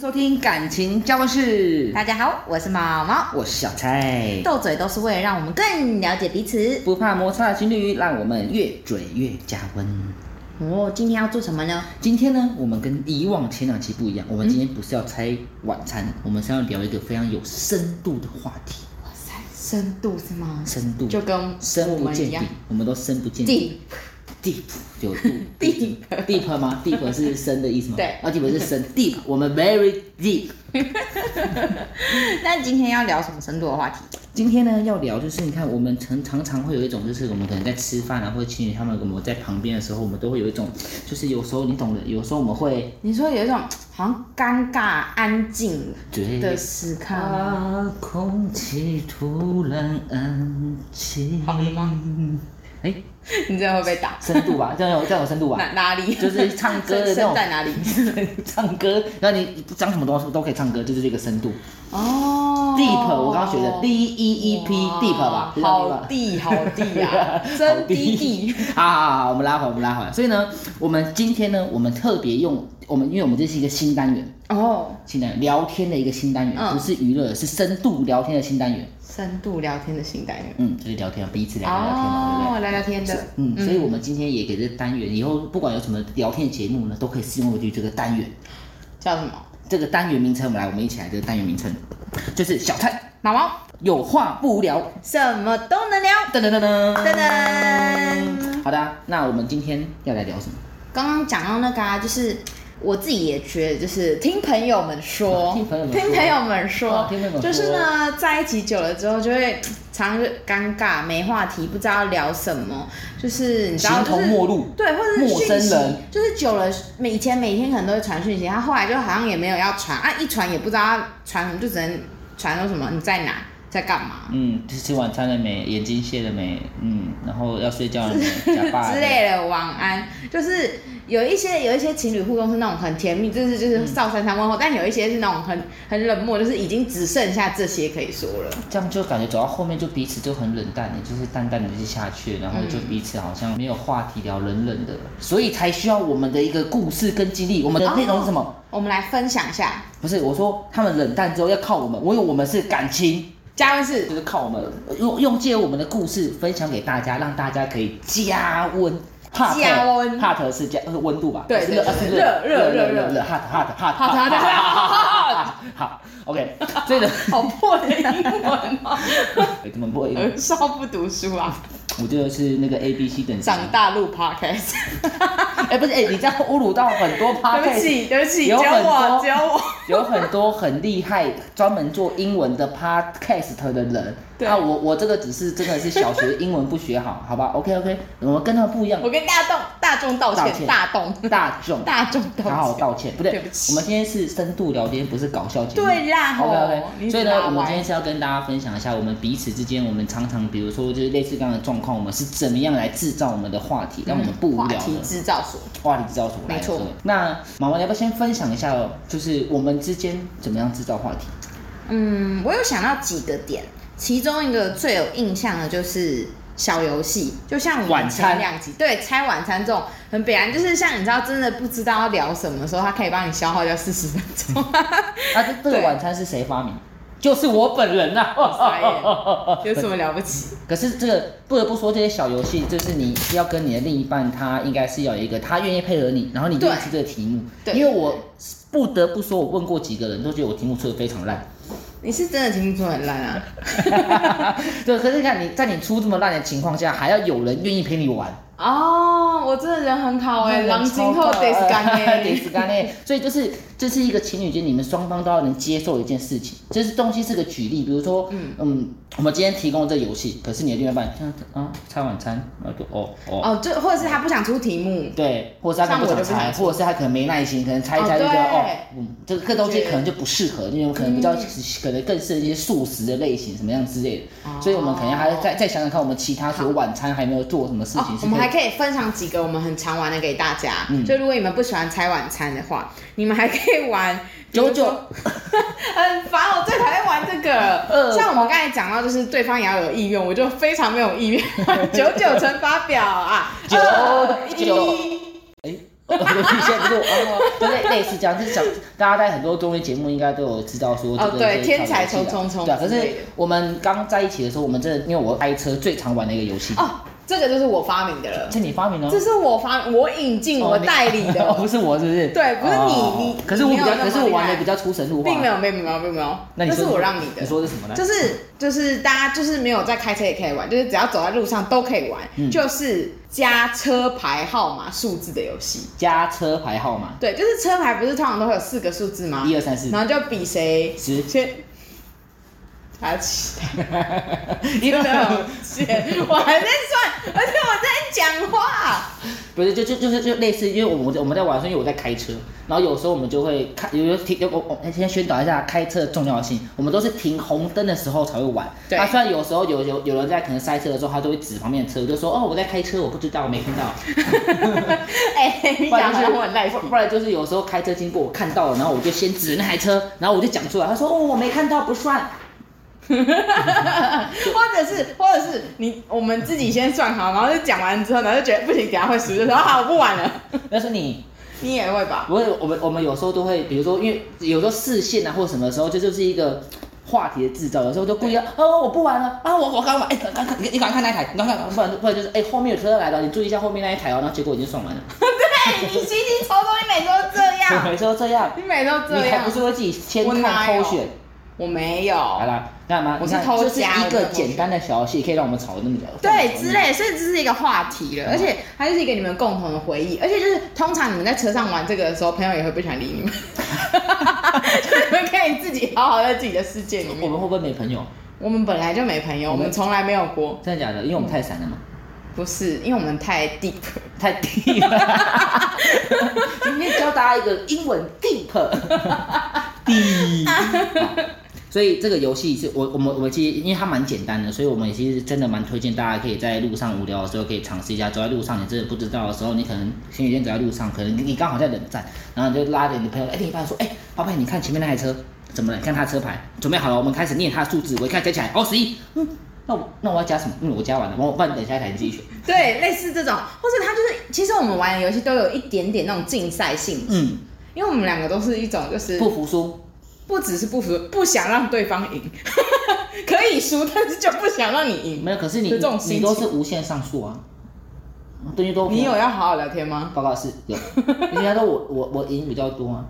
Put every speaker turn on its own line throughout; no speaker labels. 收听感情教官室，
大家好，我是毛毛。
我是小蔡，
斗嘴都是为了让我们更了解彼此。
不怕摩擦的情侣，让我们越嘴越加温。
哦，今天要做什么呢？
今天呢，我们跟以往前两期不一样，我们今天不是要猜晚餐，我们是要聊一个非常有深度的话题，
哇塞，深度是吗？
深度
就跟
深
我
不
们
见
一
底
样，
我们都深不见底
d
，deep 有度
Deep
deep 吗？deep 是深的意思吗？
对
啊，deep 是深 deep，我们 very deep。
那今天要聊什么深度的话题？
今天呢要聊就是，你看我们常常常会有一种，就是我们可能在吃饭啊，或者情侣他们我们在旁边的时候，我们都会有一种，就是有时候你懂的，有时候我们会
你说有一种好像尴尬、安静
觉
的
得
时刻吗，
啊，空气突然安静。
好了吗？
哎，
你这样会被打？
深度吧，这样有这样有深度吧。
哪哪里？
就是唱歌 的那种
深在哪里？
唱歌，那你讲什么东西都可以唱歌，就是这个深度。
哦
deep，我刚刚学的 d e e p deep 吧，知道 deep 吧
好地好 地啊，真低地。
好好好，我们拉回来，我们拉回来。所以呢，我们今天呢，我们特别用我们，因为我们这是一个新单元，
哦，
新单元聊天的一个新单元，
嗯
不是娱乐，是深度聊天的新单元。
深度聊天的新单元。
嗯，就是聊天，彼此聊天聊天嘛，对不
哦，
对？
聊聊天的，
嗯，所以我们今天也给这单元，以后不管有什么聊天节目呢，都可以适用于这个单元。
叫什么？
这个单元名称，我们来，我们一起来这个单元名称，就是小蔡
毛毛，
有话不聊。
什么都能聊。
噔噔噔噔
噔噔
好的啊，那我们今天要来聊什么？
刚刚讲到那个啊，就是我自己也觉得，就是听朋友们说，
啊 听朋友们说
听朋友们
啊
说
听朋友们说
就是呢，在一起久了之后，就会常常就尴尬，没话题，不知道聊什么，就是你知道，
形同陌路
就是对，或者是
陌生
讯息
人
就是久了，每以前每天可能都会传讯息，他后来就好像也没有要传啊，一传也不知道要传什么，就只能传说什么你在哪，在干嘛，
嗯，就是吃晚餐了没？眼睛卸了没？嗯，然后要睡觉了 没？ 假发了没
之类的晚安，就是有一些有一些情侣互动是那种很甜蜜，就
嗯
是就是少三三问候，但有一些是那种很很冷漠，就是已经只剩下这些可以说了。
这样就感觉走到后面就彼此就很冷淡的，就是淡淡的就下去，然后
嗯
就彼此好像没有话题聊，冷冷的，所以才需要我们的一个故事跟激励。我们的内容是什么？
我们来分享一下，
不是我说他们冷淡之后要靠我们，我有我们是感情，
加温是
就是靠我们用用借我们的故事分享给大家，让大家可以加温。hot
加温
hot 是加呃温度吧？
对
是热
对
是
对
热热
热热
热
热
热 hot hot hot
hot hot hot
好 OK，所以呢，
好破的英文哦，
怎么不会？
儿少不读书啊，
我觉得是那个 A B C 等级。
长大 录 podcast。
哎、不是，哎、你这样侮辱到很多 p o d
对
c a
不
s t
起，对不起，
有
教
很多
我啊教我。
有很多很厉害专门做英文的 podcast 的人。
对
啊，我我这个只是真的是小学英文不学好，好吧？OK OK，我们跟他们不一样
我，跟大众大众道
道歉
歉，大众
大众
大众
好
道
好
歉。
道歉，不对，
对不起
我们今天是深度聊天，不是搞笑节目。
对啦吼
OK
你
OK，
一直
所以呢
拉，
我们
歪
今天是要跟大家分享一下，我们彼此之间，我们常常比如说就是类似这样的状况，我们是怎么样来制造我们的话题，让我们不无
嗯话
聊
题
呢？
制造所。
话题制造所来
没错
做那妈妈，你要不要先分享一下，就是我们之间怎么样制造话题？
嗯，我有想到几个点，其中一个最有印象的就是小游戏，就像我
晚
们
餐
前两集对猜晚餐这种很北然，就是像你知道真的不知道要聊什么的时候，它可以帮你消耗掉四十分 钟。
那、啊这这个
对
晚餐是谁发明？就是我本人呐、
傻
啊。
有什么了不起？
可是这个不得不说，这些小游戏就是你要跟你的另一半，他应该是要有一个他愿意配合你，然后你愿意
对
出这个题目。
对
因为我不得不说，我问过几个人都觉得我题目出的非常 烂。
你是真的听不出很烂啊？
对，可是你看你在你出这么烂的情况下，还要有人愿意陪你玩。
哦，我真的人很好哎、狼今后 得是 干
得
哎
是。干嘞。所以就是这是一个情侣间，你们双方都要能接受一件事情。这是东西是个举例，比如说，嗯我们今天提供这个游戏，可是你的另外一半，嗯啊，猜晚餐，然后就哦哦。
哦，就或者是他不想出题目，
对，或者是他可能不想
像我就
猜，
不想
或者是他可能没耐心，可能猜一猜就
哦
觉得哦
对，
嗯，这个各东西可能就不适合，因为可能比较可能更适合一些素食的类型，什么样之类的。
哦
所以我们可能还要再再想想看，我们其他除了晚餐还没有做什么事
哦
情，是
我
可
们
以嗯
还可以分享几个我们很常玩的给大家。就如果你们不喜欢猜晚餐的话，你们还可 以玩
九九
很烦，我最讨厌玩这
呃
个。像我们刚才讲到，就是对方也要有意愿，我就非 常没有意愿。九九乘法表啊，
九
二
九
一
哎我的底线就是我，哦就类类似这样，就是想大家在很多综艺节目应该都有知道说这
哦
个
对
这个
天才
游戏啊
冲冲冲
对啊。可
之
是
类的
我们刚在一起的时候，我们真的因为我开车最常玩的一个游戏，
哦，这个就是我发明的了，
是你发明的吗？
这是我发我引进我
嗯哦你
代理
哦，不
的，
是我，是不是？
对不是你
哦
你
可是我比
你没
较，
有那么
可是我玩的比较出神入化。
并没有，没有，没有，没有，没有，
那你
这
说
是
什
我
么
让你的。
你说的是什么呢？
就是就是大家就是没有在开车也可以玩，就是只要走在路上都可以玩，
嗯
就是加车牌号码数字的游戏。
加车牌号码，
对，就是车牌不是通常都会有四个数字吗？
一二三四
然后就比谁
十
先。他起
因为
道歉，我还在算，而且我在讲话。
不是，就就就是就类似，因为我们我们在玩的时候，因为我在开车，然后有时候我们就会看，有有停，有我我先宣导一下开车的重要性，我们都是停红灯的时候才会玩。
对
啊，虽然有时候有有有人在可能塞车的时候，他都会指旁边的车，就说哦我在开车，我不知道，我没看到。
哎、你
不然
讲
就是
的我很赖皮。
不然就是有时候开车经过，我看到了，然后我就先指那台车，然后我就讲出来，他说哦我没看到，不算。
或者是，或者是你我们自己先算好，然后就讲完之后呢，就觉得不行，等一下会输，就说好，我不玩了。
那是你
你也会吧？
不会，我们我们有时候都会，比如说，因为有时候视线啊，或者什么的时候，这就是一个话题的制造。有时候就故意要，哦，我不玩了啊，我我刚玩，哎、赶赶赶，你你赶快看那一台，你赶快看，不然不然就是，哎、后面有车来了，你注意一下后面那一台哦。然后结果已经送完了，
对哎你心情抽动，你每周这样，
每次都这样，
你每周这
你还
样
不。是会自己先
我哪
看
有
偷选？
我没
好
有，
啦，干嘛？
我是
你看
偷
就是
加
一
我没
个
有偷
简单的小游戏，可以让我们吵得那么久，
对之类，所以这是一个话题了，而且它就是一个你们共同的回忆，而且就是通常你们在车上玩这个的时候，朋友也会不想理你们， 就你们可以自己好好在自己的世界里
我
面。
们会不会没朋友？
我们本来就没朋友，我们从来没有过，
真的假的？因为我们太散了嘛，
不是因为我们太 deep，
太 deep 了。今天教大家一个英文 deep，deep 好。所以这个游戏是我我们我们其实因为它蛮简单的，所以我们也其实真的蛮推荐大家可以在路上无聊的时候可以尝试一下。走在路上你真的不知道的时候，你可能前几天走在路上，可能你刚好在冷战，然后你就拉着你的朋友，哎、另一半说，哎、宝贝，你看前面那台车怎么了？你看它车牌，准备好了，我们开始念它的数字，我一看加起来，哦，十一，嗯，那我那我要加什么？嗯，我加完了，我帮你等下一台你自己选。
对，类似这种，或者他就是，其实我们玩的游戏都有一点点那种竞赛性，
嗯，
因为我们两个都是一种就是
不服输，
不只是不服，不想让对方赢， 可以输，但是就不想让你赢。
没有，可是你
有这种
你
心
都
情
是无限上诉啊，东西都
你有要好好聊天吗？
报告是有，人家说我 我我赢比较多啊，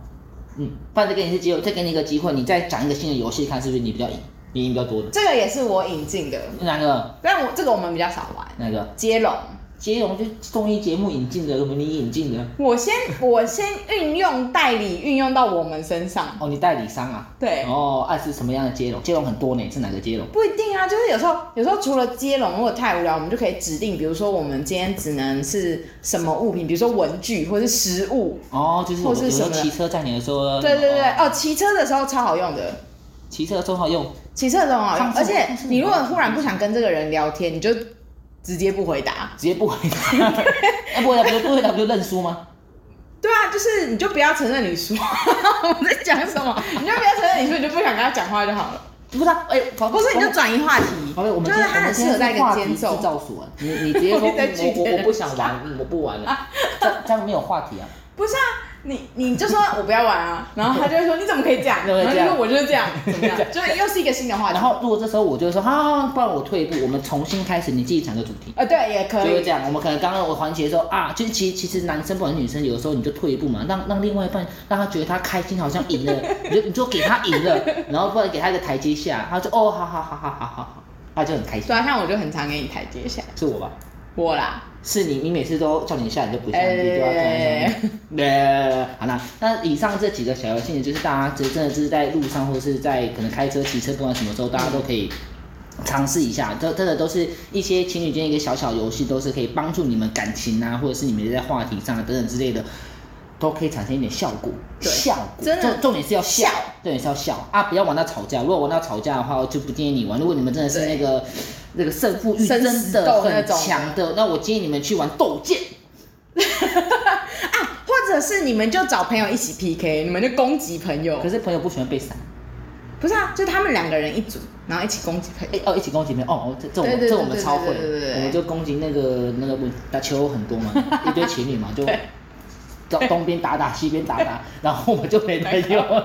嗯，不然再给你一次机会，再给你一个机会，你再讲一个新的游戏，看是不是你比较赢，你赢比较多的。
这个也是我引进的，
哪个
但我这个我们比较少玩。
哪个
接龙，
接龙就综艺节目引进的，我们你引进的
我先我先运用代理运用到我们身上，
哦，你代理商啊？
对
哦，啊是什么样的接龙？接龙很多呢，是哪个接龙？
不一定啊，就是有时候有时候除了接龙，如果太无聊，我们就可以指定，比如说我们今天只能是什么物品，比如说文具或是食物。
哦，就是我
或是
有时候
什么的
骑车载你的时候啊，
对对对，
哦，
哦，骑车的时候超好用的。
骑车的时候好用，
骑车的时候很好用，
上
而
次
且
上次
你
你
如果
玩
忽然不想跟这个人聊天，你就直接不回答。
直接不回答， 哎不回答不就不回答不就认输吗？
对啊，就是你就不要承认你输， 我在讲什么？你就不要承认你输，你就不想跟他讲话就好了。
不是啊，哎，宝
不是，你就转移话题，
宝贝，我们
就
今
是
天
他很适合在一个
我们今天
间
是话题制
奏，
造 所，你你直接说
我在拒
我
绝
我我
人
不想玩，嗯我不玩了，这样这样没有话 题啊。
不是啊。你你就说我不要玩啊，然后他就会说你怎么可以这样，
怎么
然
可
后
以这样
就说我就是这样，怎么样， 就是又是一个新的话题
然。后如果这时候我就会说，好好，好不然我退一步，我们重新开始，你自己想个主题。
呃，对，也可
就会
以
这，样，我们可能刚刚我环节说啊，就是其其实男生不管是女生，有时候你就退一步嘛，让让另外一半让他觉得他开心，好像赢了，你就你就给他赢了，然后不然给他一个台阶下，他就哦，好好好好好好好，他就很开心
对。啊，像我就很常给你台阶下，
是我吧？
我啦，
是你，你每次都叫你下，你就不下，你就要这样
哎。
对，好啦，那以上这几个小游戏，就是大家真真的就是在路上，或是在可能开车、骑车，不管什么时候，大家都可以尝试一下。这真的都是一些情侣间一个小小游戏，都是可以帮助你们感情啊，或者是你们在话题上啊等等之类的。都可以产生一点效果，
对
效果
真的
重重点是要笑
笑，
重点是要笑啊！不要玩到吵架。如果玩到吵架的话，我就不建议你玩。如果你们真的是那个那个胜负欲
生
真
死
的
斗那
很
种的
强的，那我建议你们去玩斗剑。
啊，或者是你们就找朋友一起 PK，你们就攻击朋友
可，是朋友不喜欢被闪，
不是啊，就他们两个人一组，然后一起攻击朋友。
哎、哦，一起攻击朋友，哦，这这我们
对对对
这我们超会，
对对对对对
我们就攻击那个那个打球很多嘛，一堆情侣嘛，就
对
东东边打打，西边打打，然后我们就没朋友了，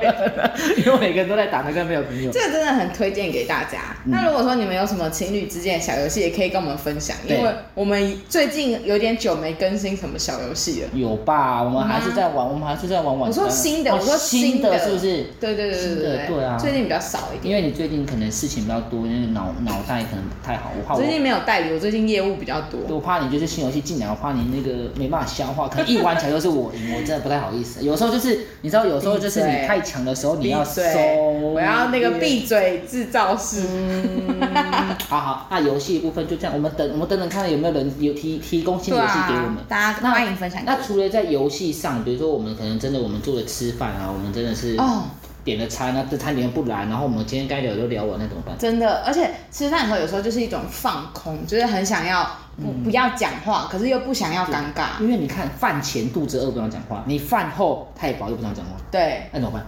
因为每个人都在打那个没有朋友。
这个真的很推荐给大家。
嗯
那如果说你们有什么情侣之间的小游戏，也可以跟我们分享，
对
因为我们最近有点久没更新什么小游戏了。
有吧？我们还是在嗯玩，我们还是在玩晚餐。
我说新的，
哦
我说
新
的，
是不是？
对对对对
新
对
的对啊
最近比较少一点。
因为你最近可能事情比较多，那个脑脑袋可能不太好，我哦怕
我
我
最近没有代理，我最近业务比较多。
我怕你就是新游戏进来，我怕你那个没办法消化，可能一玩起来就是我赢，我真的不太好意思。有时候就是你知道，有时候就是
闭
你
嘴
太强的时候，你
闭
要收
嘴！。我要那个
闭。
闭嘴制造师。
嗯，好好，那游戏部分就这样，我们等我们等等看有没有人有提提供新游戏给我们。
啊大家
那
欢迎分享给我。
那除了在游戏上，比如说我们可能真的我们做了吃饭啊，我们真的是
哦
点了餐，那这餐点不来，然后我们今天该聊的都聊完，那怎么办？
真的，而且吃饭的时候有时候就是一种放空，就是很想要不、
嗯
不要讲话，可是又不想要尴尬。
因为你看饭前肚子饿不想讲话，你饭后太饱又不想讲话，
对，
那怎么办？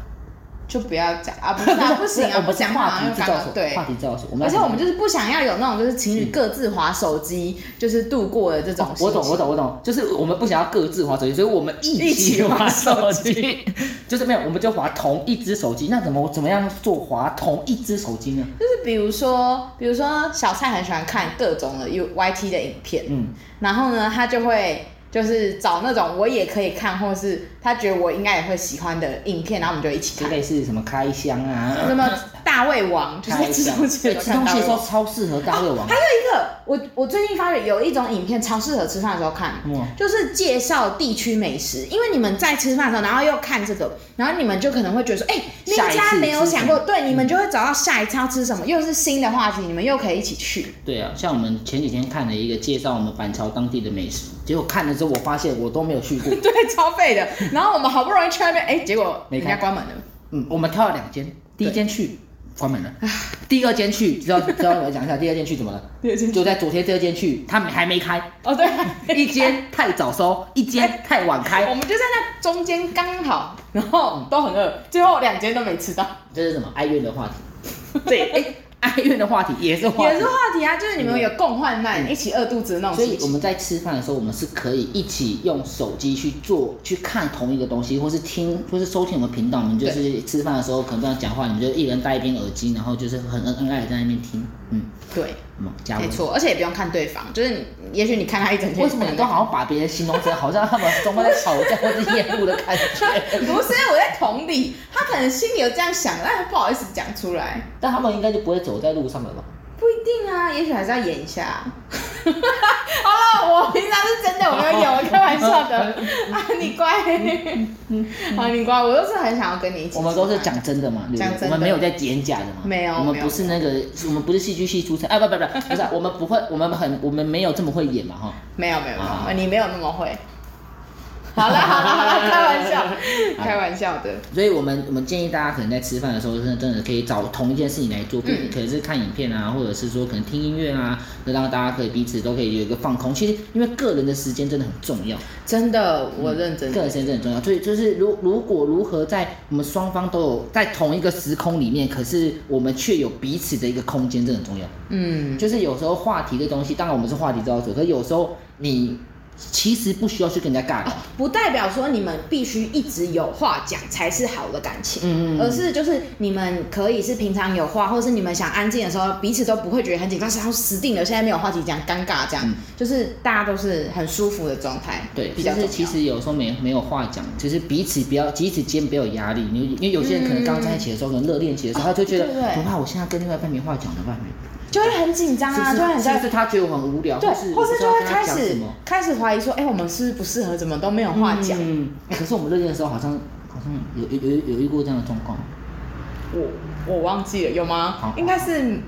就不要讲啊，不是啊，不行啊，
我
不
们是
讲
话
话好
题
像又
制
尴
造所
尬。，对
话，题制造所，
而且我们
就。
就是不想要有那种就是情侣各自划手机，就是度过的这种、
哦我懂，我。懂，我懂，就是我们不想要各自划手机，所以我们一
一
起
起
划
滑
手
手
机， 就是没有，我们就划同一只手机。那怎么怎么样做划同一只手机呢？
就是比如说，比如说小蔡很喜欢看各种的 U Y T 的影片，
嗯，
然后呢，他就会就是找那种我也可以看，或是他觉得我应该也会喜欢的影片，然后我们就一起
就
看。
类似什么开箱啊，
那么大胃王 就是在
开
吃
箱，
东西
对
的哦时
吃
候
东
看大
西的
胃
时
王
候。超适合大胃王
还，有一个，我我最近发觉有一种影片超适合吃饭的时候看
嗯，
就是介绍地区美食，因为你们在吃饭的时候，然后又看这个，然后你们就可能会觉得说，哎、
下
那
一
一
次
家没有
吃什
想
么
过，对，你们就会找到下一次要吃什么，又是新的话题，你们又可以一起 去。
对啊，像我们前几天看了一个介绍我们板桥当地的美食，结果看了之后我发现我都没有去过，
对，超 废的。然后我们好不容易去那边，哎、结果
没
人家
开
关门了。
嗯，我们挑了两间，第一间去关门了， 第二间去，知道知道我讲一下，第二间去怎么了？
第二间去
就在昨天，第二间去，他们还没 开，
哦，对，
一间太早收，一间太晚
我
开，
们就在那中间刚好，然后
嗯
都很饿，最后两间都没吃到，
这是什么哀怨的话 题？对，哎、哀怨的话题也是话
也
题
是。话题嗯啊，就是你们有共患难，一起饿肚子的那种
所
心
以我
情。
们在吃饭的时候，我们是可以一起用手机去做、去看同一个东西，或是听，或是收听我们频道。我们就是吃饭的时候，可能这样讲话，你们就一人戴一边耳机，然后就是很恩恩爱的在那边听。嗯，
对，
嗯，加
没
温。
错，而且也不用看对方，就是你，也许你看他一整天，
为什么 你都好像把别人形容成好像他们中间在吵架或者厌恶的感觉？
不是，啊我在同理，他可能心里有这样想，但他不好意思讲出来。
但他们应该就不会走在路上了吧？
不一定啊，也许还是要演一下 啊。好了，我平常是真的，我没有演，我开玩笑 的。啊，你 乖，啊，你乖，我都是很想要跟你一起吃
我们
饭。
都是讲真的嘛，对不
讲
对？
真的
我们没有在演假的嘛，
没有
我们
没有
不是那个，我们不是戏剧系出身啊，不不不，不是啊，我们不会，我们很，我们没有这么会演嘛，哈。
没有没有没
啊
有，你没有那么会。好了好了好了，开玩 笑，开玩笑的。
所以我们我们建议大家可能在吃饭的时候，真的真的可以找同一件事情来做，
嗯
可能是看影片啊，或者是说可能听音乐啊，那让大家可以彼此都可以有一个放空。其实因为个人的时间真的很重要，
真的，我认真
个人时间真的很重要，所以就是如如果如何在我们双方都有在同一个时空里面，可是我们却有彼此的一个空间，这很重要。
嗯，
就是有时候话题的东西，当然我们是话题制造者，可是有时候你其实不需要去跟人家尬聊。
不代表说你们必须一直有话讲才是好的感情，
嗯嗯嗯
而是就是你们可以是平常有话，或是你们想安静的时候，彼此都不会觉得很紧张，是他死定了，现在没有话题讲，尴尬这样，就是大家都是很舒服的状态，
嗯对，
比
就
较重
是
要。
其实有时候没没有话讲，就是彼此不要彼此间不要有压力。你因为有些人可能刚在一起的时候，可能热恋期的时候，他就觉得
哦对对对
不怕，我现在跟另外一半没话讲怎么办？
就会很紧张啊，
是
就会
不
很
是？
在
是不是他觉得我很无聊？
对，
是
或
我不
是
知
就
道
会
跟他
开
讲
始
什么
开始怀疑说，哎、我们是不是不适合，怎么都没有话讲。
嗯，哎可是我们热恋的时候好像好像有有有有遇过这样的状况，
我我忘记了，有
好
吗？应该是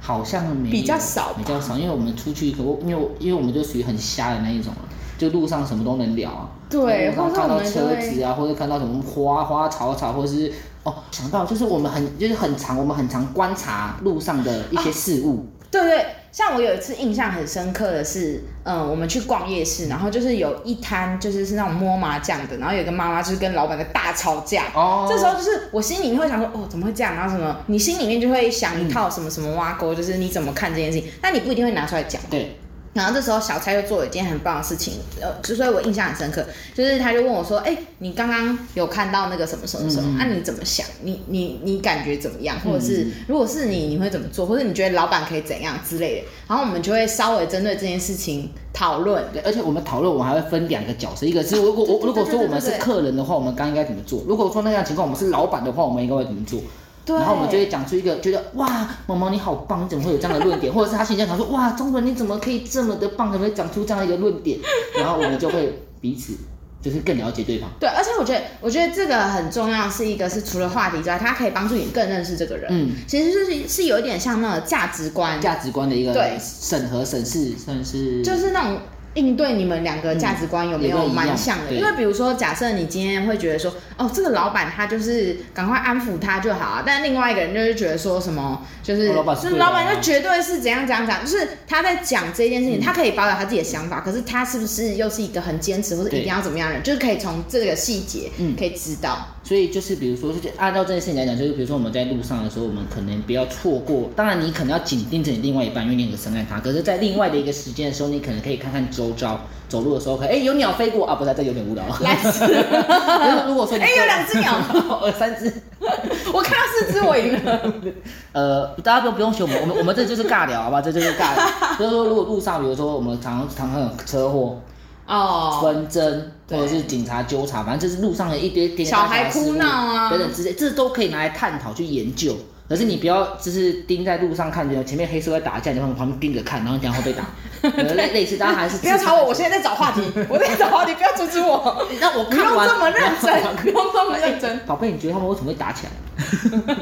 好像没有
比较少吧
比较少，因为我们出去可不因为我因为我们就属于很瞎的那一种啊，就路上什么都能聊啊，
对
路上
或者
看到
我们就
车
会
子啊，或者看到什么花花草草，或者是哦想到就是我们很就是很常我们很常观察路上的一些事物，
对对，像我有一次印象很深刻的是，嗯，我们去逛夜市，然后就是有一摊就是是那种摸麻将的，然后有一个妈妈就是跟老板在大吵架。
哦
这时候就是我心里面会想说，哦，怎么会这样？然后什么，你心里面就会想一套什么什么挖沟，就是你怎么看这件事情，但你不一定会拿出来讲。
对，
然后这时候小蔡就做了一件很棒的事情，呃，之所以我印象很深刻，就是他就问我说：“哎、你刚刚有看到那个什么什么什么？那、啊你怎么想？你你你感觉怎么样？或者是如果是你，你会怎么做？或者你觉得老板可以怎样之类的？”然后我们就会稍微针对这件事情讨论。
对，而且我们讨论，我们还会分两个角色，一个是如果我
对
如果
对对
说
对
我们是
对
客人的话，我们刚应该怎么做？如果说那样情况，我们是老板的话，我们应该会怎么做？
对
然后我们就会讲出一个觉得哇，毛毛你好棒，怎么会有这样的论点？或者是他心里在想说哇，中文你怎么可以这么的棒，怎么会讲出这样一个论点？然后我们就会彼此就是更了解对方。
对，而且我觉得，我觉得这个很重要，是一个是除了话题之外，它可以帮助你更认识这个人。
嗯，
其实就是是有一点像那种价值观，
价值观的一个
对
审核、审视，算是
就是那种应对你们两个价值观有没
有没
有
有一样
蛮像的？
对
因为比如说，假设你今天会觉得说，哦，这个老板他就是赶快安抚他就好啊，但另外一个人就是觉得说什么，就是、
哦老板是
就
对
是
的啊嗯
老板就绝对是怎样怎样怎样，就是他在讲这件事情，他可以表达他自己的想法，可是他是不是又是一个很坚持或者一
对
定要怎么样的人，就是可以从这个细节
嗯
可以知 道。
所以就是比如说，就是按照这件事情来讲，就是比如说我们在路上的时候，我们可能不要错过。当然，你可能要紧盯着你另外一半，因为你很深爱他。可是，在另外的一个时间的时候，你可能可以看看周遭， 走路的时候可以，哎、有鸟飞过啊，不是，这有点无聊。
来死
就是 如果说你
哎、有 两只鸟，
呃三只，
我看到四只我赢了。
呃，大家不用不用学我们，我们我们这就是尬聊，啊好吧？这就是尬聊。 就是说，如果路上，比如说我们常常常有车祸、
哦，
纷争，或
对
者是警察纠察，反正就是路上的一堆点点
小孩
大小的
哭
事物
闹啊
等等之类，这都可以拿来探讨去研究。可是你不要就是盯在路上看着，前面黑社会打架，你往旁边盯着看，然后你等下会被 打。呃类类似，当然还是
不要吵我，我
自
现在在找话题，我在找话题，不要阻止我。
己。那我
不用
看完
这么认
然后
真，不用这么认真，
宝贝，你觉得他们为什么会打起来？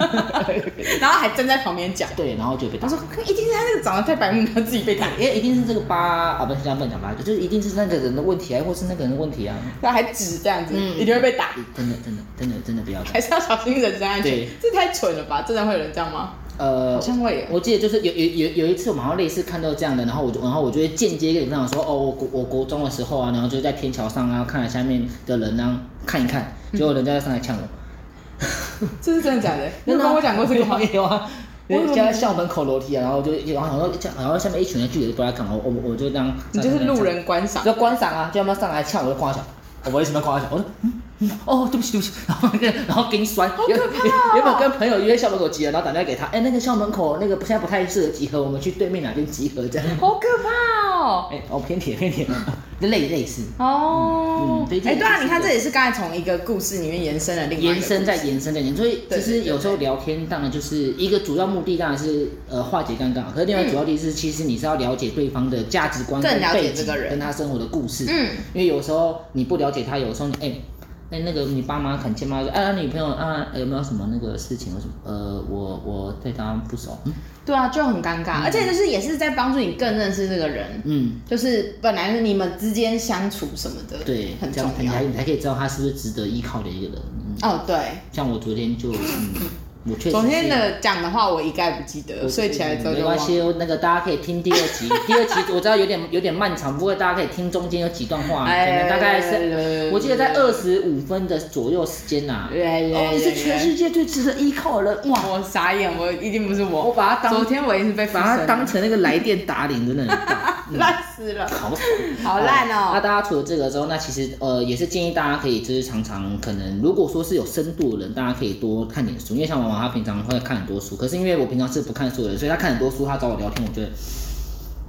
然后还站在旁边讲，
对，然后就被打
他。说一定是他那个长得太白目，他自己被打，
因为一定是这个八啊，不是这样不能讲八，就是一定是那个人的问题啊，或是那个人的问题啊。
他还指这样子，
嗯
一定会被打，
真的，真的，真的，真的不要这样。
还是要小心人身安全
对。
这太蠢了吧？真的会有人这样吗？
呃，
好像会耶
我记得就是有有有有一次我们好像类似看到这样的，然后我就然后我就会间接跟你分享说，哦，我国我国中的时候啊，然后就在天桥上啊，看了下面的人啊，看一看，结果人家就上来呛我。
这 是真的假的？嗯啊你有跟我讲过这 个吗？
有啊，
我怎么
人家校门口楼梯啊，然后我就然后好像然后下面一群人聚集不知道在干嘛，我我我就这样。
你就是路人观赏，
要观赏啊，就要不要上来呛我就夸奖，我为什么要夸奖？我说。嗯嗯哦，对不起，对不 起，然后那个，然后给你摔，
好可
原
怕哦
原本跟朋友约校门口集合，然后打电话给他，哎，那个校门口那个不现在不太适合集合，我们去对面哪边集合这样。
好可怕哦！
哎，哦，偏铁偏铁，就 类类似，
哦
嗯，对这
哎，
也
对啊，
是
你看
一个
这也是刚才从一个故事里面延伸了另外一个
延伸再
故事
延伸再延伸，所以
对
其
对
实
对
有时候聊天当然就是一个主要目的，当然是呃化解尴尬，可是另外一个主要的是其实你是要了解对方的价值观、
更
跟
了解
背景
这个人
跟他生活的故事，
嗯，
因为有时候你不了解他，有时候你哎。哎、那个你爸妈很亲妈说，哎、啊，女朋友啊，有没有什么那个事情？我什么？呃，我我对他不熟。嗯
对啊，就很尴尬，而且就是也是在帮助你更认识这个人，
嗯，
就是本来你们之间相处什么的，
对，
很
这
重
样你
要
才。你才可以知道他是不是值得依靠的一个人。嗯，
哦，对，
像我昨天就，嗯，我确实
昨
是
天的讲的话我一概不记得，所以呃起来之后
没
就
关
忘了。
系，那个大家可以听第二 集，第二集我知道有点有点漫长，不过大家可以听中间有几段话，可
哎
能大概是我记得在二十五分的左右时间呐。哦，你是全世界最值得依靠的人哇！
我傻眼，我一定不是我，
我把它当
昨天我也是被附身。
把它当成那个来电打铃，真的很棒
烂死了，
好爽，
嗯好烂
那
哦。
大家除了这个之后，那其实呃也是建议大家可以就是常常可能如果说是有深度的人，大家可以多看点书，因为像王王他平常会看很多书，可是因为我平常是不看书的人，所以他看很多书，他找我聊天，我觉得。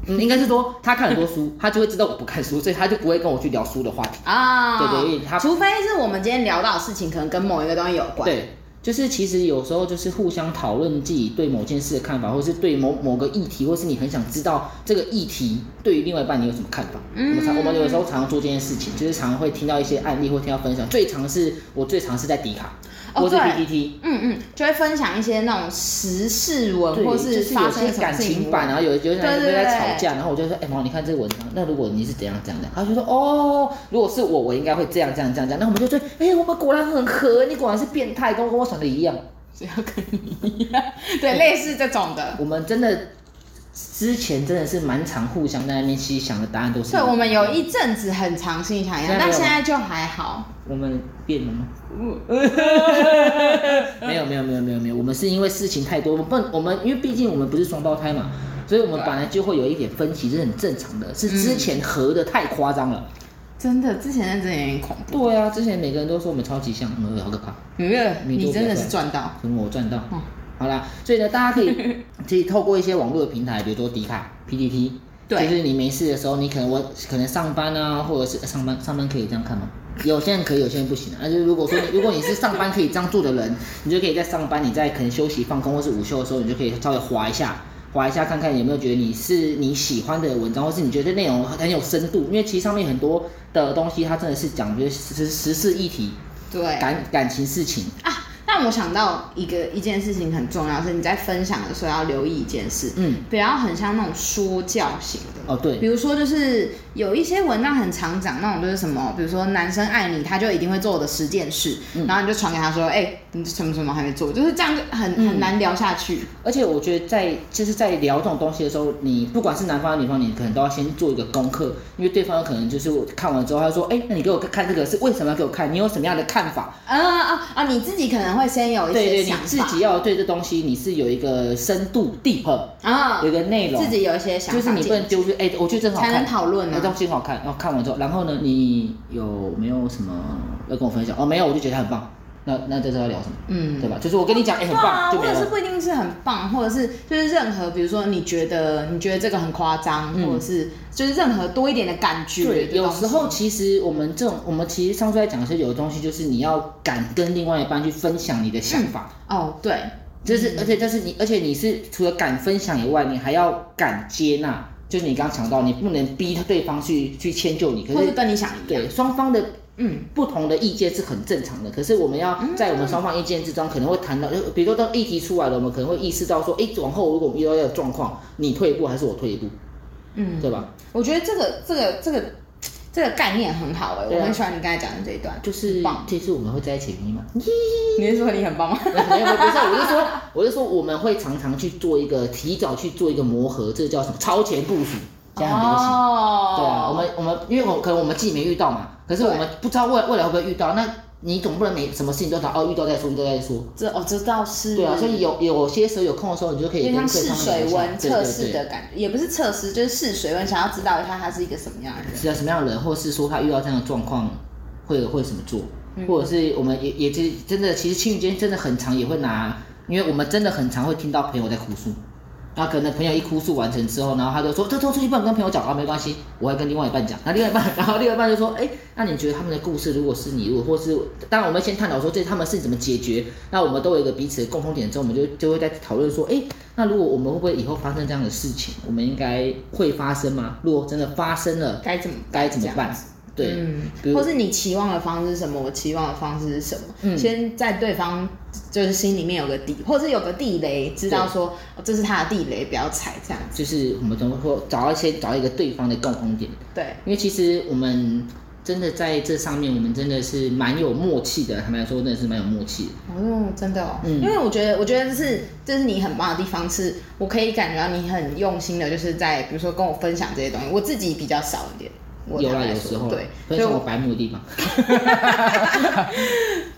嗯，应该是说他看很多书，他就会知道我不看书，所以他就不会跟我去聊书的话题。
啊，
对对因为他
除非是我们今天聊到的事情，可能跟某一个东西有关。
对，就是其实有时候就是互相讨论自己对某件事的看法，或是对某某个议题，或是你很想知道这个议题对于另外一半你有什么看法。
嗯
我们常我们有时候常常做这件事情，就是常常会听到一些案例或听到分享。最常是我最常是在迪卡
哦
或是
对
PPT，、
嗯嗯，就会分享一些那种时事文，
对，
或
就是
发
有
生
些
什么
感
事情
情版，啊然后有有些人
对对
就在
对
吵架，然后我就说，哎、毛，你看这个文章，那如果你是怎样怎样的，他就说，哦，如果是我，我应该会这样这样这样这样。那我们就说，哎、我们果然很合，你果然是变态，跟我跟我想的一样。
只要跟你一样，对，类似这种的。
我们真的之前真的是蛮常互相在那边其实想的答案都是一
对，
样。
我们有一阵子很长心想
现
要，
在没有
但
吗
现在就还好。
我们变了吗？嗯 没有没有没有没有没有，我们是因为事情太多，我们不能我们因为毕竟我们不是双胞胎嘛，所以我们本来就会有一点分歧，这是很正常的。是之前合的太夸张了。
真的，之前那真的有点恐怖。
对啊，之前每个人都说我们超级像，嗯，好可怕。
有没有？
你
你真的是
就不要
赚到。
什么我赚到。
嗯
好啦，所以呢，大家可 以可以透过一些网络的平台，比如说迪卡、PPT，
对
就是你没事的时候，你可能我可能上班啊，或者是呃上班上班可以这样看吗？有些人可以，有些人不行啊。那就是如果说你 如果你是上班可以这样做的人，你就可以在上班，你在可能休息、放空或是午休的时候，你就可以稍微划一下，划一下看看有没有觉得你是你喜欢的文章，或是你觉得内容很有深度。因为其实上面很多的东西，它真的是讲就是时时事议题、
对
感感情事情。
啊，让我想到一个一件事情很重要，是你在分享的时候要留意一件事，
嗯，
不要很像那种说教型的。
哦对
比，如说，就是有一些文章很常讲那种，就是什么，比如说男生爱你，他就一定会做的十件事，
嗯
然后你就传给他说，哎、你什么什么还没做，就是这样就很
嗯
很难聊下去。
而且我觉得在就是在聊这种东西的时候，你不管是男方还是女方，你可能都要先做一个功课，因为对方有可能就是看完之后，他说：“哎、那你给我看这个是为什么要给我看？你有什么样的看法
啊啊啊！你自己可能会先？”有一
嗯对对，
些
你
想法
自己要对这东西你是有一个深度 deep，
啊
有一，个内容，
自己有一些想法
就
解，
是你不能丢出哎、我觉得这很好看，
才能讨论啊
这东西很好看。然后看完之后，然后呢，你有没有什么要跟我分享？哦，没有，我就觉得它很棒。那那这是要聊什么？
嗯
对吧？就是我跟你讲，哎、很棒，就
对
没了
啊，或者是不一定是很棒，或者是就是任何，比如说你觉得你觉得这个很夸张，
嗯
或者是就是任何多一点的感觉
对，
的东西，
有时候其实我们这种，我们其实上次在讲的是有的东西，就是你要敢跟另外一半去分享你的想法，
哦，对，
这是而且这是你，而且你是除了敢分享以外，你还要敢接纳，就是你刚刚讲到，你不能逼对方去去迁就你，可
或者
是
跟你想一样，
对双方的。
嗯，
不同的意见是很正常的，可是我们要在我们双方意见之中，可能会谈到，就比如说当议题出来了，我们可能会意识到说，哎，往后如果我们遇到这个状况，你退一步还是我退一步，
嗯，
对吧？
我觉得这个这个这个这个概念很好哎、
对啊
我很喜欢你刚才讲的这一段，
就是
很棒，
这是我们会在一起的原因嘛。
你是说你很棒吗？
没有，没有不是，我是说，我是说，我们会常常去做一个提早去做一个磨合，这个叫什么？超前部署，现在很流行。
哦，
对啊，我们我们因为我可能我们自己没遇到嘛，可是我们不知道未未来会不会遇到，
嗯
那你总不能每什么事情都想哦遇到再说，遇到再说。
这哦这倒是
对啊，所以有有些时候有空的时候，你就可以
有
跟
点像
对
试
方
水
聊一下
温测
对
试
对
的
对
感觉，也不是测试，就是试水温，想要知道一下他是一个什么样的人。
是啊，什么样的人，或是说他遇到这样的状况会会怎么做，或者是我们也也就是真的，其实情侣间真的很常也会拿，因为我们真的很常会听到朋友在哭诉，那可能朋友一哭诉完成之后，然后他就说这这出去不能跟朋友讲啊，没关系，我会跟另外一半讲。那另外一半， 然后另外一半就说，哎、那你觉得他们的故事，如果是你，如果或是当然我们先探讨说这他们是怎么解决，那我们都有一个彼此的共同点之后，我们就就会在讨论说，哎、那如果我们会不会以后发生这样的事情，我们应该会发生吗？如果真的发生了，
该怎么
该怎么
这样
办？对，
嗯
比，如
或是你期望的方式是什么？我期望的方式是什么？
嗯
先在对方就是心里面有个底，或是有个地雷，知道说哦这是他的地雷，不要踩这样子。
就是我们怎么说找到一些找到一个对方的共同点，
对，
因为其实我们真的在这上面，我们真的是蛮有默契的。坦白说，真的是蛮有默契的。
哦，真的哦，
嗯
因为我觉得，我觉得这是这是你很棒的地方，是我可以感觉到你很用心的，就是在比如说跟我分享这些东西，我自己比较少一点。我
有
坦
啦，
白
有
说
时候啦分
对，所以
享
我
我白目的地方。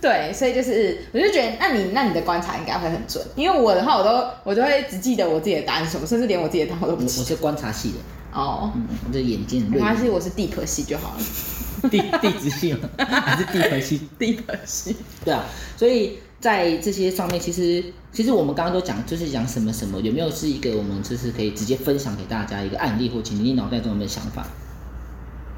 对，所以就是，我就觉得，那你那你的观察应该会很准，因为我的话，我都我都会只记得我自己的答案是什么，甚至连我自己的答案我都
我
不
我
记得。
是观察系的，
哦，
嗯，我的眼睛很
没
锐
关系，我是 deep 系就好了
利，地地质系 吗？还是地核系？
，deep 系。
对啊，所以在这些上面，其实其实我们刚刚都讲，就是讲什么什么，有没有是一个我们就是可以直接分享给大家一个案例，或者你脑袋中有没有想法？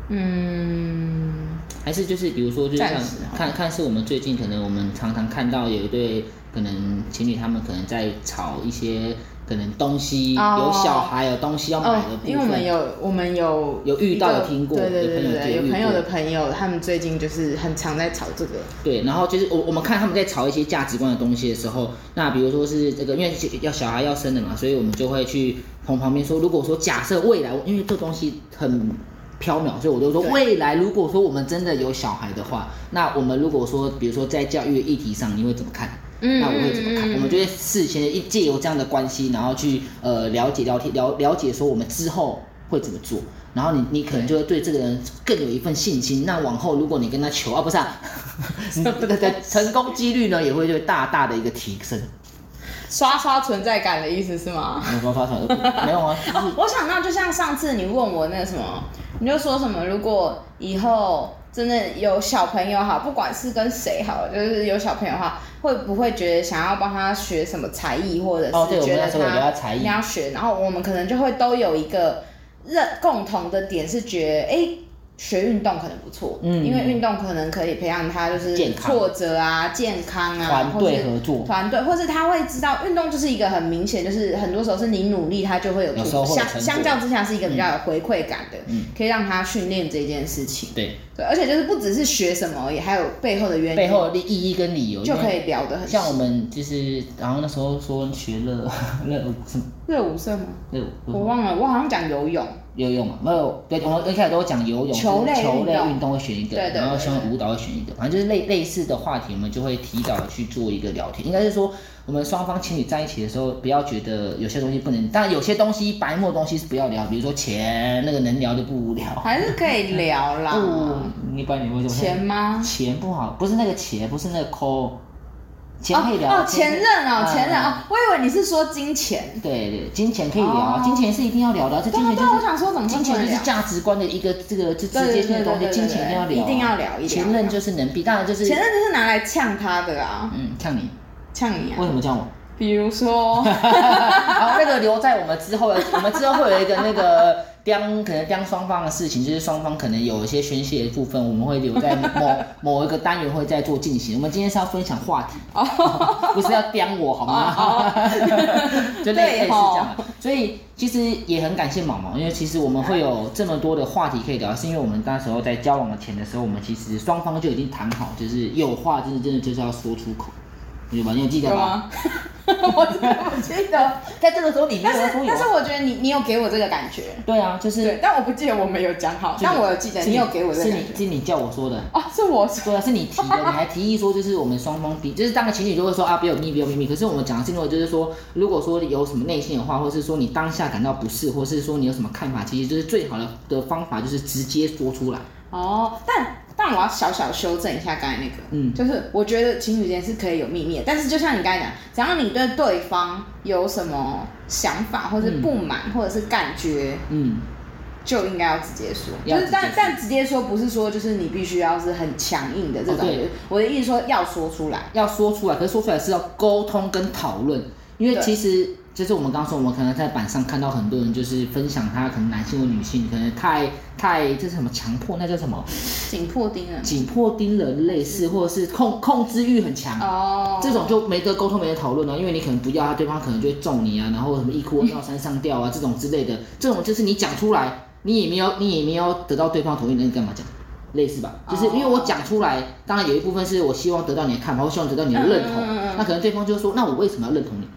嗯，
还是就是比如说就是
暂
看
时好
看看是我们最近可能我们常常看到有一对可能情侣他们可能在吵一些可能东西、
哦
有小孩有东西要买的
哦
部，分，
因为我们有我们有
有遇到
一个
有听过
对对对对对，
有朋友有
有
遇过
朋友的朋友，他们最近就是很常在吵这个，
对，然后就是我我们看他们在吵一些价值观的东西的时候，那比如说是这个，因为要小孩要生了嘛，所以我们就会去从旁边说，如果说假设未来，因为这东西很缥缈，所以我就说
对
未来如果说我们真的有小孩的话，那我们如果说比如说在教育议题上，你会怎么看？
嗯
那我会怎么看？
嗯嗯
我们就会事先一借由这样的关系，然后去呃了解聊天了了解说我们之后会怎么做，然后你你可能就会对这个人更有一份信心。那往后如果你跟他求啊， 不是、啊，你的成功几率呢也会就大大的一个提升。
刷刷存在感的意思是吗？
你说发传没有啊？就是
我想到，就像上次你问我那个什么，你就说什么，如果以后真的有小朋友哈，不管是跟谁好了，就是有小朋友的话，会不会觉得想要帮他学什么才艺，或者
哦对
是觉
我们
得
那时候有聊到
他
才艺
一定要学，然后我们可能就会都有一个认共同的点是觉得，哎、学运动可能不错，
嗯
因为运动可能可以培养他就是
健康
挫折啊、健康啊，
团
或是
队合作
团队，或是他会知道运动就是一个很明显，就是很多时候是你努力，他就会有
有
突
收获的
相
成果
相较之下是一个比较有回馈感的，
嗯
可以让他训练这件事情。
对
对，而且就是不只是学什么而已，还有背后的原因，
背后的意义跟理由
就可
以。
以聊得很
像我们就是，然后那时候说学热热舞什么
热舞社吗？
热舞
我忘了，我好像讲游泳，
游泳嘛，没有对，我们一开始都讲游泳，
球类
就是球
运
类
动
运动会选一个，
对对
然后
对
像舞蹈会选一个，反正就是类类似的话题，我们就会提早的去做一个聊天。应该是说，我们双方情侣在一起的时候，不要觉得有些东西不能，但有些东西白目的东西是不要聊，比如说钱，那个能聊就不无聊。
还是可以聊啦。
不，你管你为什么
嗯钱吗？
钱不好，不是那个钱，不是那个抠，钱可以嗯聊
哦哦，前任哦，前任。
可以
哦，我以为你是说金钱。
对对，金钱可以聊，
哦
金钱是一定要聊的，这
对
金
啊
钱就
对
是
啊，我想说怎么
金钱就是
样？
价值观的一个这个就直接性的东西，
对对对对对对
金钱一定要聊啊，
一定要聊一定要聊
前任就是能避，当然就是
前任就是拿来呛他的啊，
嗯，像你
呛你啊
为。什么叫我？
比 如说，
然后那个留在我们之后 的，我们之后会有一个那个刁，可能刁双方的事情，就是双方可能有一些宣泄的部分，我们会留在 某某一个单元会再做进行。我们今天是要分享话题，
哦
不是要刁我好吗？ 就类类似这
哦对哦吼
样。所以其实也很感谢毛毛，因为其实我们会有这么多的话题可以聊，是因为我们那时候在交往的前的时候，我们其实双方就已经谈好，就是有话真的真的就是要说出口，对吧？你有记得
有啊
吗？
吗？ 我真的不记得，
在这个时候 你没
但
有
是
说有
但
啊
是。我觉得你你有给我这个感觉，
对啊，就是
对，但我不记得我们有讲好，但我有记得
是
你有给我这
是
个感
你
觉。
是你叫我说的。
哦，是我说
对啊，是你提的，你还提议说就是我们双方比，就是当个情侣就会说啊，不要有秘密，不要有秘密。可是我们讲的是因为就是说，如果说有什么内心的话，或是说你当下感到不适，或是说你有什么看法，其实就是最好的的方法就是直接说出来。
哦，但但我要小小修正一下刚才那个，
嗯
就是我觉得情侣间是可以有秘密的，但是就像你刚才讲，只要你对对方有什么想法或是不满、或者是感觉，
嗯，
就应该要直接说，
要
就
直接
是但
说
但直接说不是说就是你必须要是很强硬的这
哦
种，
对
我的意思说要说出来，
要说出来，可是说出来是要沟通跟讨论，因为
对
其实就是我们刚说，我们可能在板上看到很多人就是分享他可能男性或女性可能太太这是什么强迫，那叫什么
紧迫啊盯人。
紧迫盯人类似，或者是控控制欲很强。
嗯哦，
这种就没得沟通，没得讨论了，因为你可能不要他，对方可能就会揍你啊，然后什么一哭二闹三上吊啊，这种之类的，这种就是你讲出来，你也没有，你也没有得到对方同意，那你干嘛讲？类似吧，
哦
就是因为我讲出来，当然有一部分是我希望得到你的看法，我希望得到你的认同，
嗯嗯嗯嗯
那可能对方就说，那我为什么要认同你？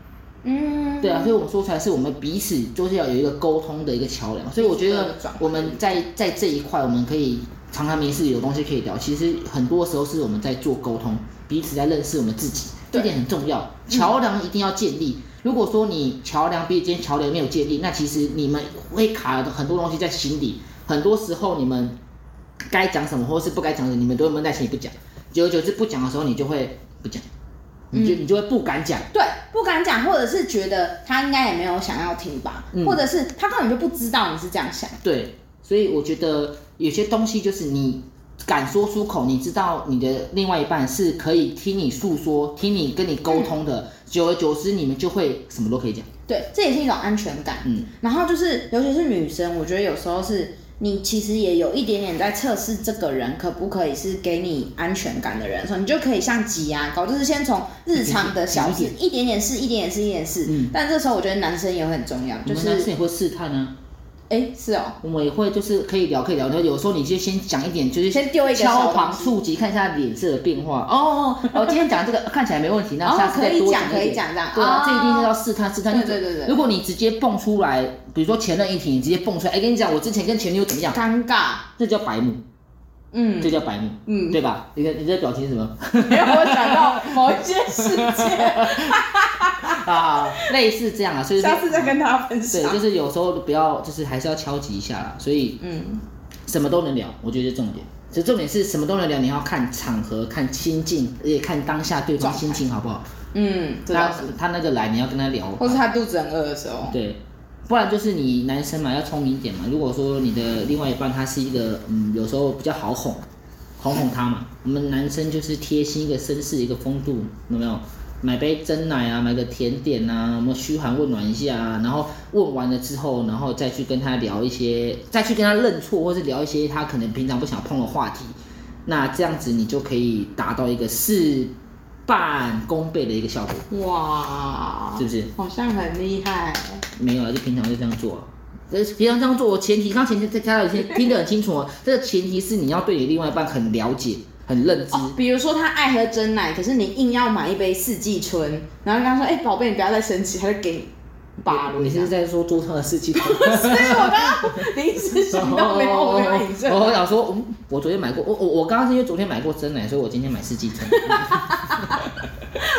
嗯，
对啊，所以我们说出来是我们彼此就是要有一个沟通的一个桥梁，所以我觉得我们在在这一块，我们可以常常没事有东西可以聊。其实很多时候是我们在做沟通，彼此在认识我们自己，这
对
点很重要。桥梁一定要建立。如果说你桥梁彼此间桥梁没有建立，那其实你们会卡很多东西在心里，很多时候你们该讲什么或是不该讲什么，你们都闷在心里不讲，久而久之不讲的时候，你就会不讲，你
嗯
就、你就会不敢讲。
对，不敢讲，或者是觉得他应该也没有想要听吧，
嗯
或者是他根本就不知道你是这样想。
对，所以我觉得有些东西就是你敢说出口，你知道你的另外一半是可以听你诉说、听你跟你沟通的，久而久之，你们就会什么都可以讲。
对，这也是一种安全感。
嗯，
然后就是，尤其是女生，我觉得有时候是你其实也有一点点在测试这个人可不可以是给你安全感的人的时候，你就可以像挤牙膏，就是先从日常的 小事一点点事，一点点事，一点点事。
嗯
但这时候我觉得男生也会很重要，
我
就
们男生
是
也会试探啊，
哎，是哦，
我们也会就是可以聊，可以聊。然后有时候你就先讲一点，就是
先丢一个小
敲
东
旁
西
触及，看一下脸色的变化。哦哦 哦，今天讲这个看起来没问题，那下次
哦可
再
以
多
讲
一
可以
点
讲这样
对啊
哦，
这一定是要试探试探。
对对对对
如果你直接蹦出来，比如说前任一题，你直接蹦出来，哎，跟你讲，我之前跟前女友怎么样，
尴尬，
这叫白目。
嗯，
这叫白目，
嗯
对吧？你的你的表情是什么
没有我想到某一件事情，
啊？类似这样啊，所以说
下次再跟大家分
对，
享。
就是有时候不要，就是还是要敲击一下啦。所以
嗯，
什么都能聊，我觉得是重点。所以重点是什么都能聊，你要看场合、看心境，而且看当下对方心情好不好。
嗯，这
他
倒是。
他那个来，你要跟他聊，
或是他肚子很饿的时候，
对，不然就是你男生嘛要聪明一点嘛。如果说你的另外一半他是一个嗯，有时候比较好哄，哄哄他嘛。我们男生就是贴心一个绅士一个风度，有没有？买杯真奶啊，买个甜点啊，我们嘘寒问暖一下啊，然后问完了之后，然后再去跟他聊一些，再去跟他认错，或是聊一些他可能平常不想碰的话题。那这样子你就可以达到一个事半功倍的一个效果，
哇，
是不是？
好像很厉害。
没有啊，就平常就这样做、啊。呃，平常这样做，前提刚前提再加到一些听得很清楚哦。这个前提是你要对你另外一半很了解、很认知。
哦，比如说他爱喝真奶，可是你硬要买一杯四季春，然后跟他说：“哎、宝贝，你不要再生气。”他就给你拔了。
你是在说桌上的事情？
所以我刚刚临时想到没有，我没有引 证。
我想说，嗯，我昨天买过，我我我刚刚是因为昨天买过真奶，所以我今天买四季春。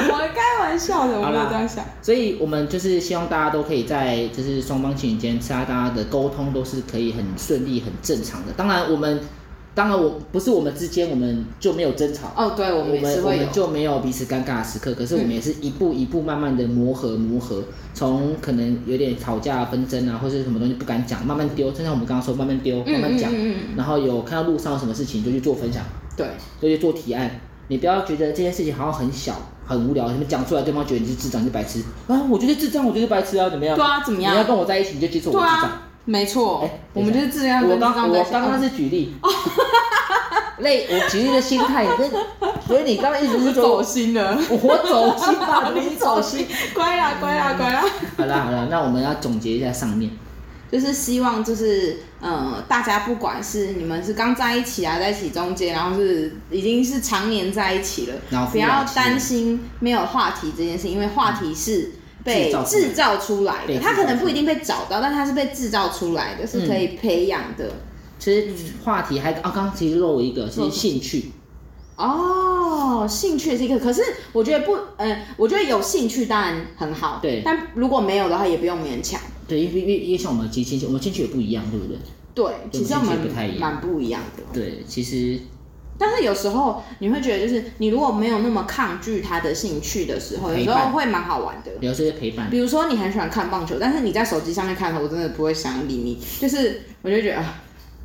我开玩笑的，我
好
没有
啦
这样想。
所以我们就是希望大家都可以在就是双方情侣间，大家的沟通都是可以很顺利、很正常的。当然，我们当然我不是我们之间我们就没有争吵，
哦，对，我
我
们也是
们我嗯
会
们
有。
就没有彼此尴尬的时刻，可是我们
嗯
也是一步一步慢慢的磨合磨合，从可能有点吵架纷争啊，或是什么东西不敢讲，慢慢丢，就像我们刚刚说慢慢丢，慢慢讲，
嗯嗯嗯
然后有看到路上有什么事情就去做分享，
对，
就去做提案，你不要觉得这件事情好像很小很无聊，什么讲出来对方觉得你是智障你是白痴啊，我就是智障，我就是白痴啊，怎么样？
对啊怎么样
你要跟我在一起你就接受我
对
智障。
啊，没错
哎，
我们就是这样
我
跟这
刚
样
我
在
刚刚
想。哦
是举例，类我举例的心态，跟所以你刚刚一直是说
走心了，
我走心吧，你走心。，
乖啦乖啦乖啦。
好啦好啦，那我们要总结一下上面，
就是希望就是呃，大家不管是你们是刚在一起啊，在一起中间，然后是已经是常年在一起
然
了，
后忽
不
然
要
之间
担心没有话题这件事，因为话题是。被
制
制造出来
被
的，
制造嗯
他可能不一定被找到，但他是被制造出来的，是可以培养的。
其实话题还啊，刚刚其实漏了一个，其实兴趣，
哦，兴趣是一个，可是我觉得不，呃，我觉得有兴趣当然很好，
对
但如果没有的话，也不用勉强。
对，因为因为因为像我们其实兴趣，我们兴趣也不一样，对不对？
对，
对
其实我
兴趣
们
不太一样
蛮不一样的。
对，其实
但是有时候你会觉得，就是你如果没有那么抗拒他的兴趣的时候，有
陪
时
伴
候会蛮好玩的。
有时候陪伴
比如说你很喜欢看棒球，但是你在手机上面看的时候，我真的不会想理你，就是我就觉得啊。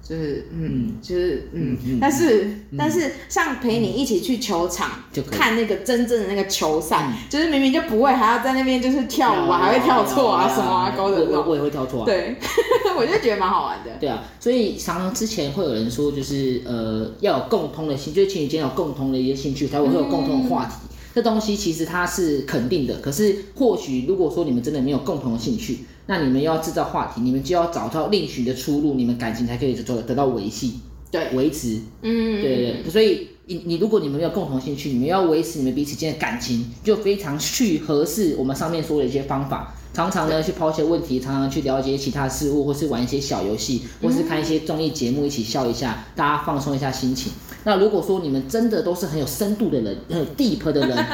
就是嗯，就是嗯，但是、但是像陪你一起去球场、
就可以
看那个真正的那个球赛，就是明明就不会，还要在那边就是跳嗯舞啊，还会跳错啊什么啊，勾的
我
那
我
种，
我也会跳错啊。
对， 我就觉得蛮好玩的。
对啊，所以常常之前会有人说，就是呃要有共通的兴趣，就是情侣间有共同的一些兴趣，才会有共同的话题。这东西其实它是肯定的，可是或许如果说你们真的没有共同的兴趣，那你们又要制造话题，你们就要找到另寻的出路，你们感情才可以得到得到维系、
对，
维持。
嗯，
对对对，所以你你如果你们没有共同兴趣，你们要维持你们彼此间的感情，就非常去合适我们上面说的一些方法。常常呢去抛一些问题，常常去了解其他事物，或是玩一些小游戏，
嗯
或是看一些综艺节目，一起笑一下，大家放松一下心情。那如果说你们真的都是很有深度的人，很有 deep 的 人，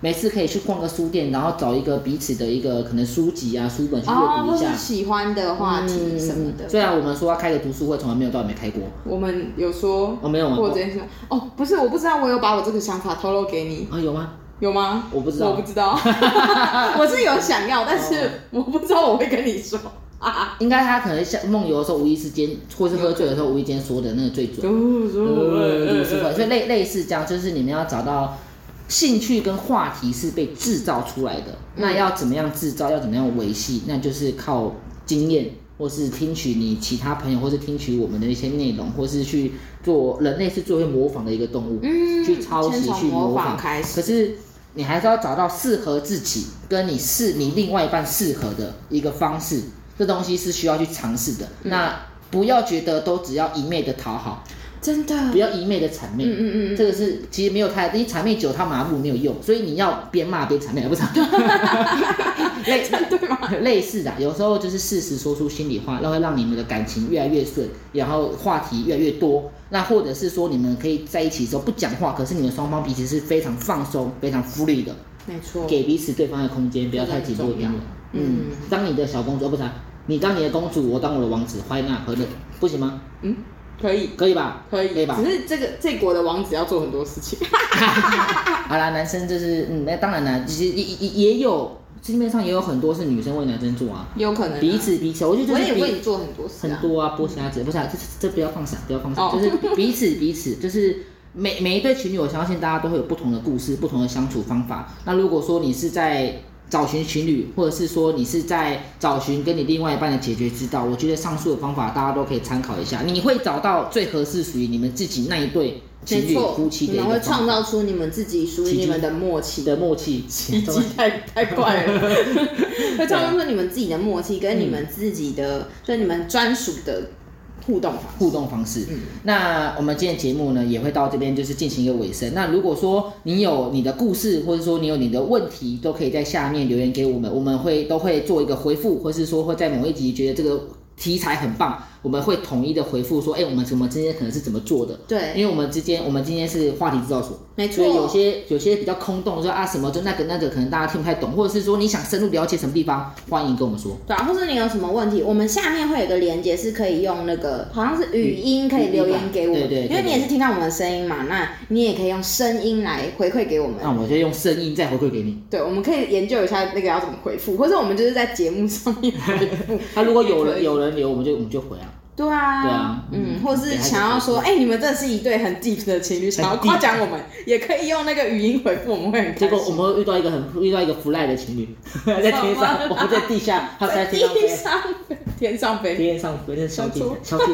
每次可以去逛个书店，然后找一个彼此的一个可能书籍啊、书本去阅
哦，
读
或
一下嗯
是。嗯喜欢的话题什么的。
虽然我们说要开个读书会，从来没有到底没开过。
我们有说
哦没有吗
过这件事吗哦，不是，我不知道，我有把我这个想法透露给你，
啊，有吗？
有吗？
我不知道
我不知道，我是有想要，但
哦
是我不知道我会跟你说啊。
应该他可能像梦游的时候，无意之间，或是喝醉的时候，无意间说的那个最准。
读
呃读书会，所以类类似这样，就是你们要找到兴趣跟话题是被制造出来的，那
嗯
要怎么样制造，要怎么样维系，那就是靠经验，或是听取你其他朋友，或是听取我们的一些内容，或是去做人类是最会模仿的一个动物，
嗯
去抄袭
先从
去模
模仿
仿
开始
可是你还是要找到适合自己跟你适你另外一半适合的一个方式，这东西是需要去尝试的。
嗯
那不要觉得都只要一昧的讨好，
真的，
不要一昧的谄媚。
嗯嗯嗯嗯
这个是其实没有太，因为谄媚久他麻木没有用，所以你要边骂边谄媚，不 是？ 类
对吗？
类似的，啊有时候就是事实说出心里话，然后让你们的感情越来越顺，然后话题越来越多。那或者是说你们可以在一起的时候不讲话，可是你们双方彼此是非常放松、非常 free 的，
没错，
给彼此对方的空间，不要太紧迫
这个
因
很
为
重
嗯
要嗯，
当你的小公主，哦不是啊、你当你的公主，我当我的王子，欢纳何乐，不行吗？
嗯，可以，
可以吧？
可以，
可以吧
只？是这个这国的王子要做很多事情，
好啦，男生就是嗯，那当然啦，其实也也也有市面上也有很多是女生为男生做啊，
有可能啊
彼此彼此，我觉得就
我
是
也为你
彼
做很多事
很
啊。
多啊，剥虾子不是啊，这这这不要放闪，不要放闪，
哦
就是彼此彼此，就是每每一对情侣，我相信大家都会有不同的故事，不同的相处方法。那如果说你是在找寻情侣，或者是说你是在找寻跟你另外一半的解决之道，我觉得上述的方法大家都可以参考一下，你会找到最合适属于你们自己那一对情
没
侣
错，
夫妻的
你
一
们会
个
创
方法
造出你们自己属于你们的默契
你的默 契，
奇迹太太怪了，会
啊
创造出你们自己的默契，跟你
嗯
们自己的，就是你们专属的互动法。
互动方式。
嗯
那我们今天节目呢也会到这边，就是进行一个尾声。那如果说你有你的故事，或者说你有你的问题，都可以在下面留言给我们，我们会都会做一个回复，或是说会在某一集觉得这个题材很棒，我们会统一的回复说，哎、我们什么之间可能是怎么做的。
对，
因为我们之间，我们今天是话题制造所，
没错
所以有些有些比较空洞，说啊什么就那个那个，可能大家听不太懂，或者是说你想深入了解什么地方，欢迎跟我们说。
对啊，或者你有什么问题，我们下面会有一个连接，是可以用那个好像是语音可以留言给我
对
们，
对对
因为你也是听到我们的声音嘛，那你也可以用声音来回馈给我们。
那我就用声音再回馈给你。
对，我们可以研究一下那个要怎么回复，或者我们就是在节目上面 回复。
那、如果有
可
人
以
有人留，我们就我们就回啊。
对啊，
对啊
嗯
嗯，
或是想要说，哎、你们这是一对很 deep 的情侣，想要夸奖我们，也可以用那个语音回复，我们会很
结
开
果我
心。
们会遇到一个很遇到一个腐赖的情侣， 在天上， 我们在地 下，他在天上
地
飞，
上天上飞，
天上飞，那是小弟
小猪
小弟。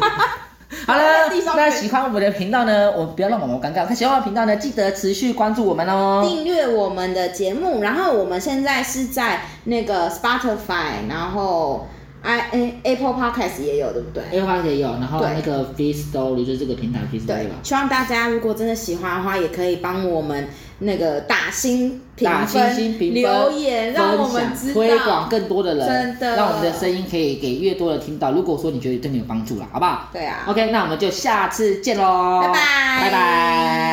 好了
地，上飞
那喜欢我们的频道呢，我们不要让毛毛尴尬。那喜欢我们的频道呢，记得持续关注我们哦。
订阅我们的节目，然后我们现在是在那个 Spotify，然后 i 哎 Apple Podcast 也有，对不对？
A 花也有，然后
对
那个 Free Story 就是这个平台 Free Story
对
吧，。
希望大家如果真的喜欢的话，也可以帮我们那个打星评
打星
分、
星评分
留言，让我
分
们
享
知道
推广更多的人，
真的
让我们的声音可以给越多的听到。如果说你觉得对你有帮助了，好不好？
对啊
，OK，那我们就下次见喽，
拜拜哦
拜拜。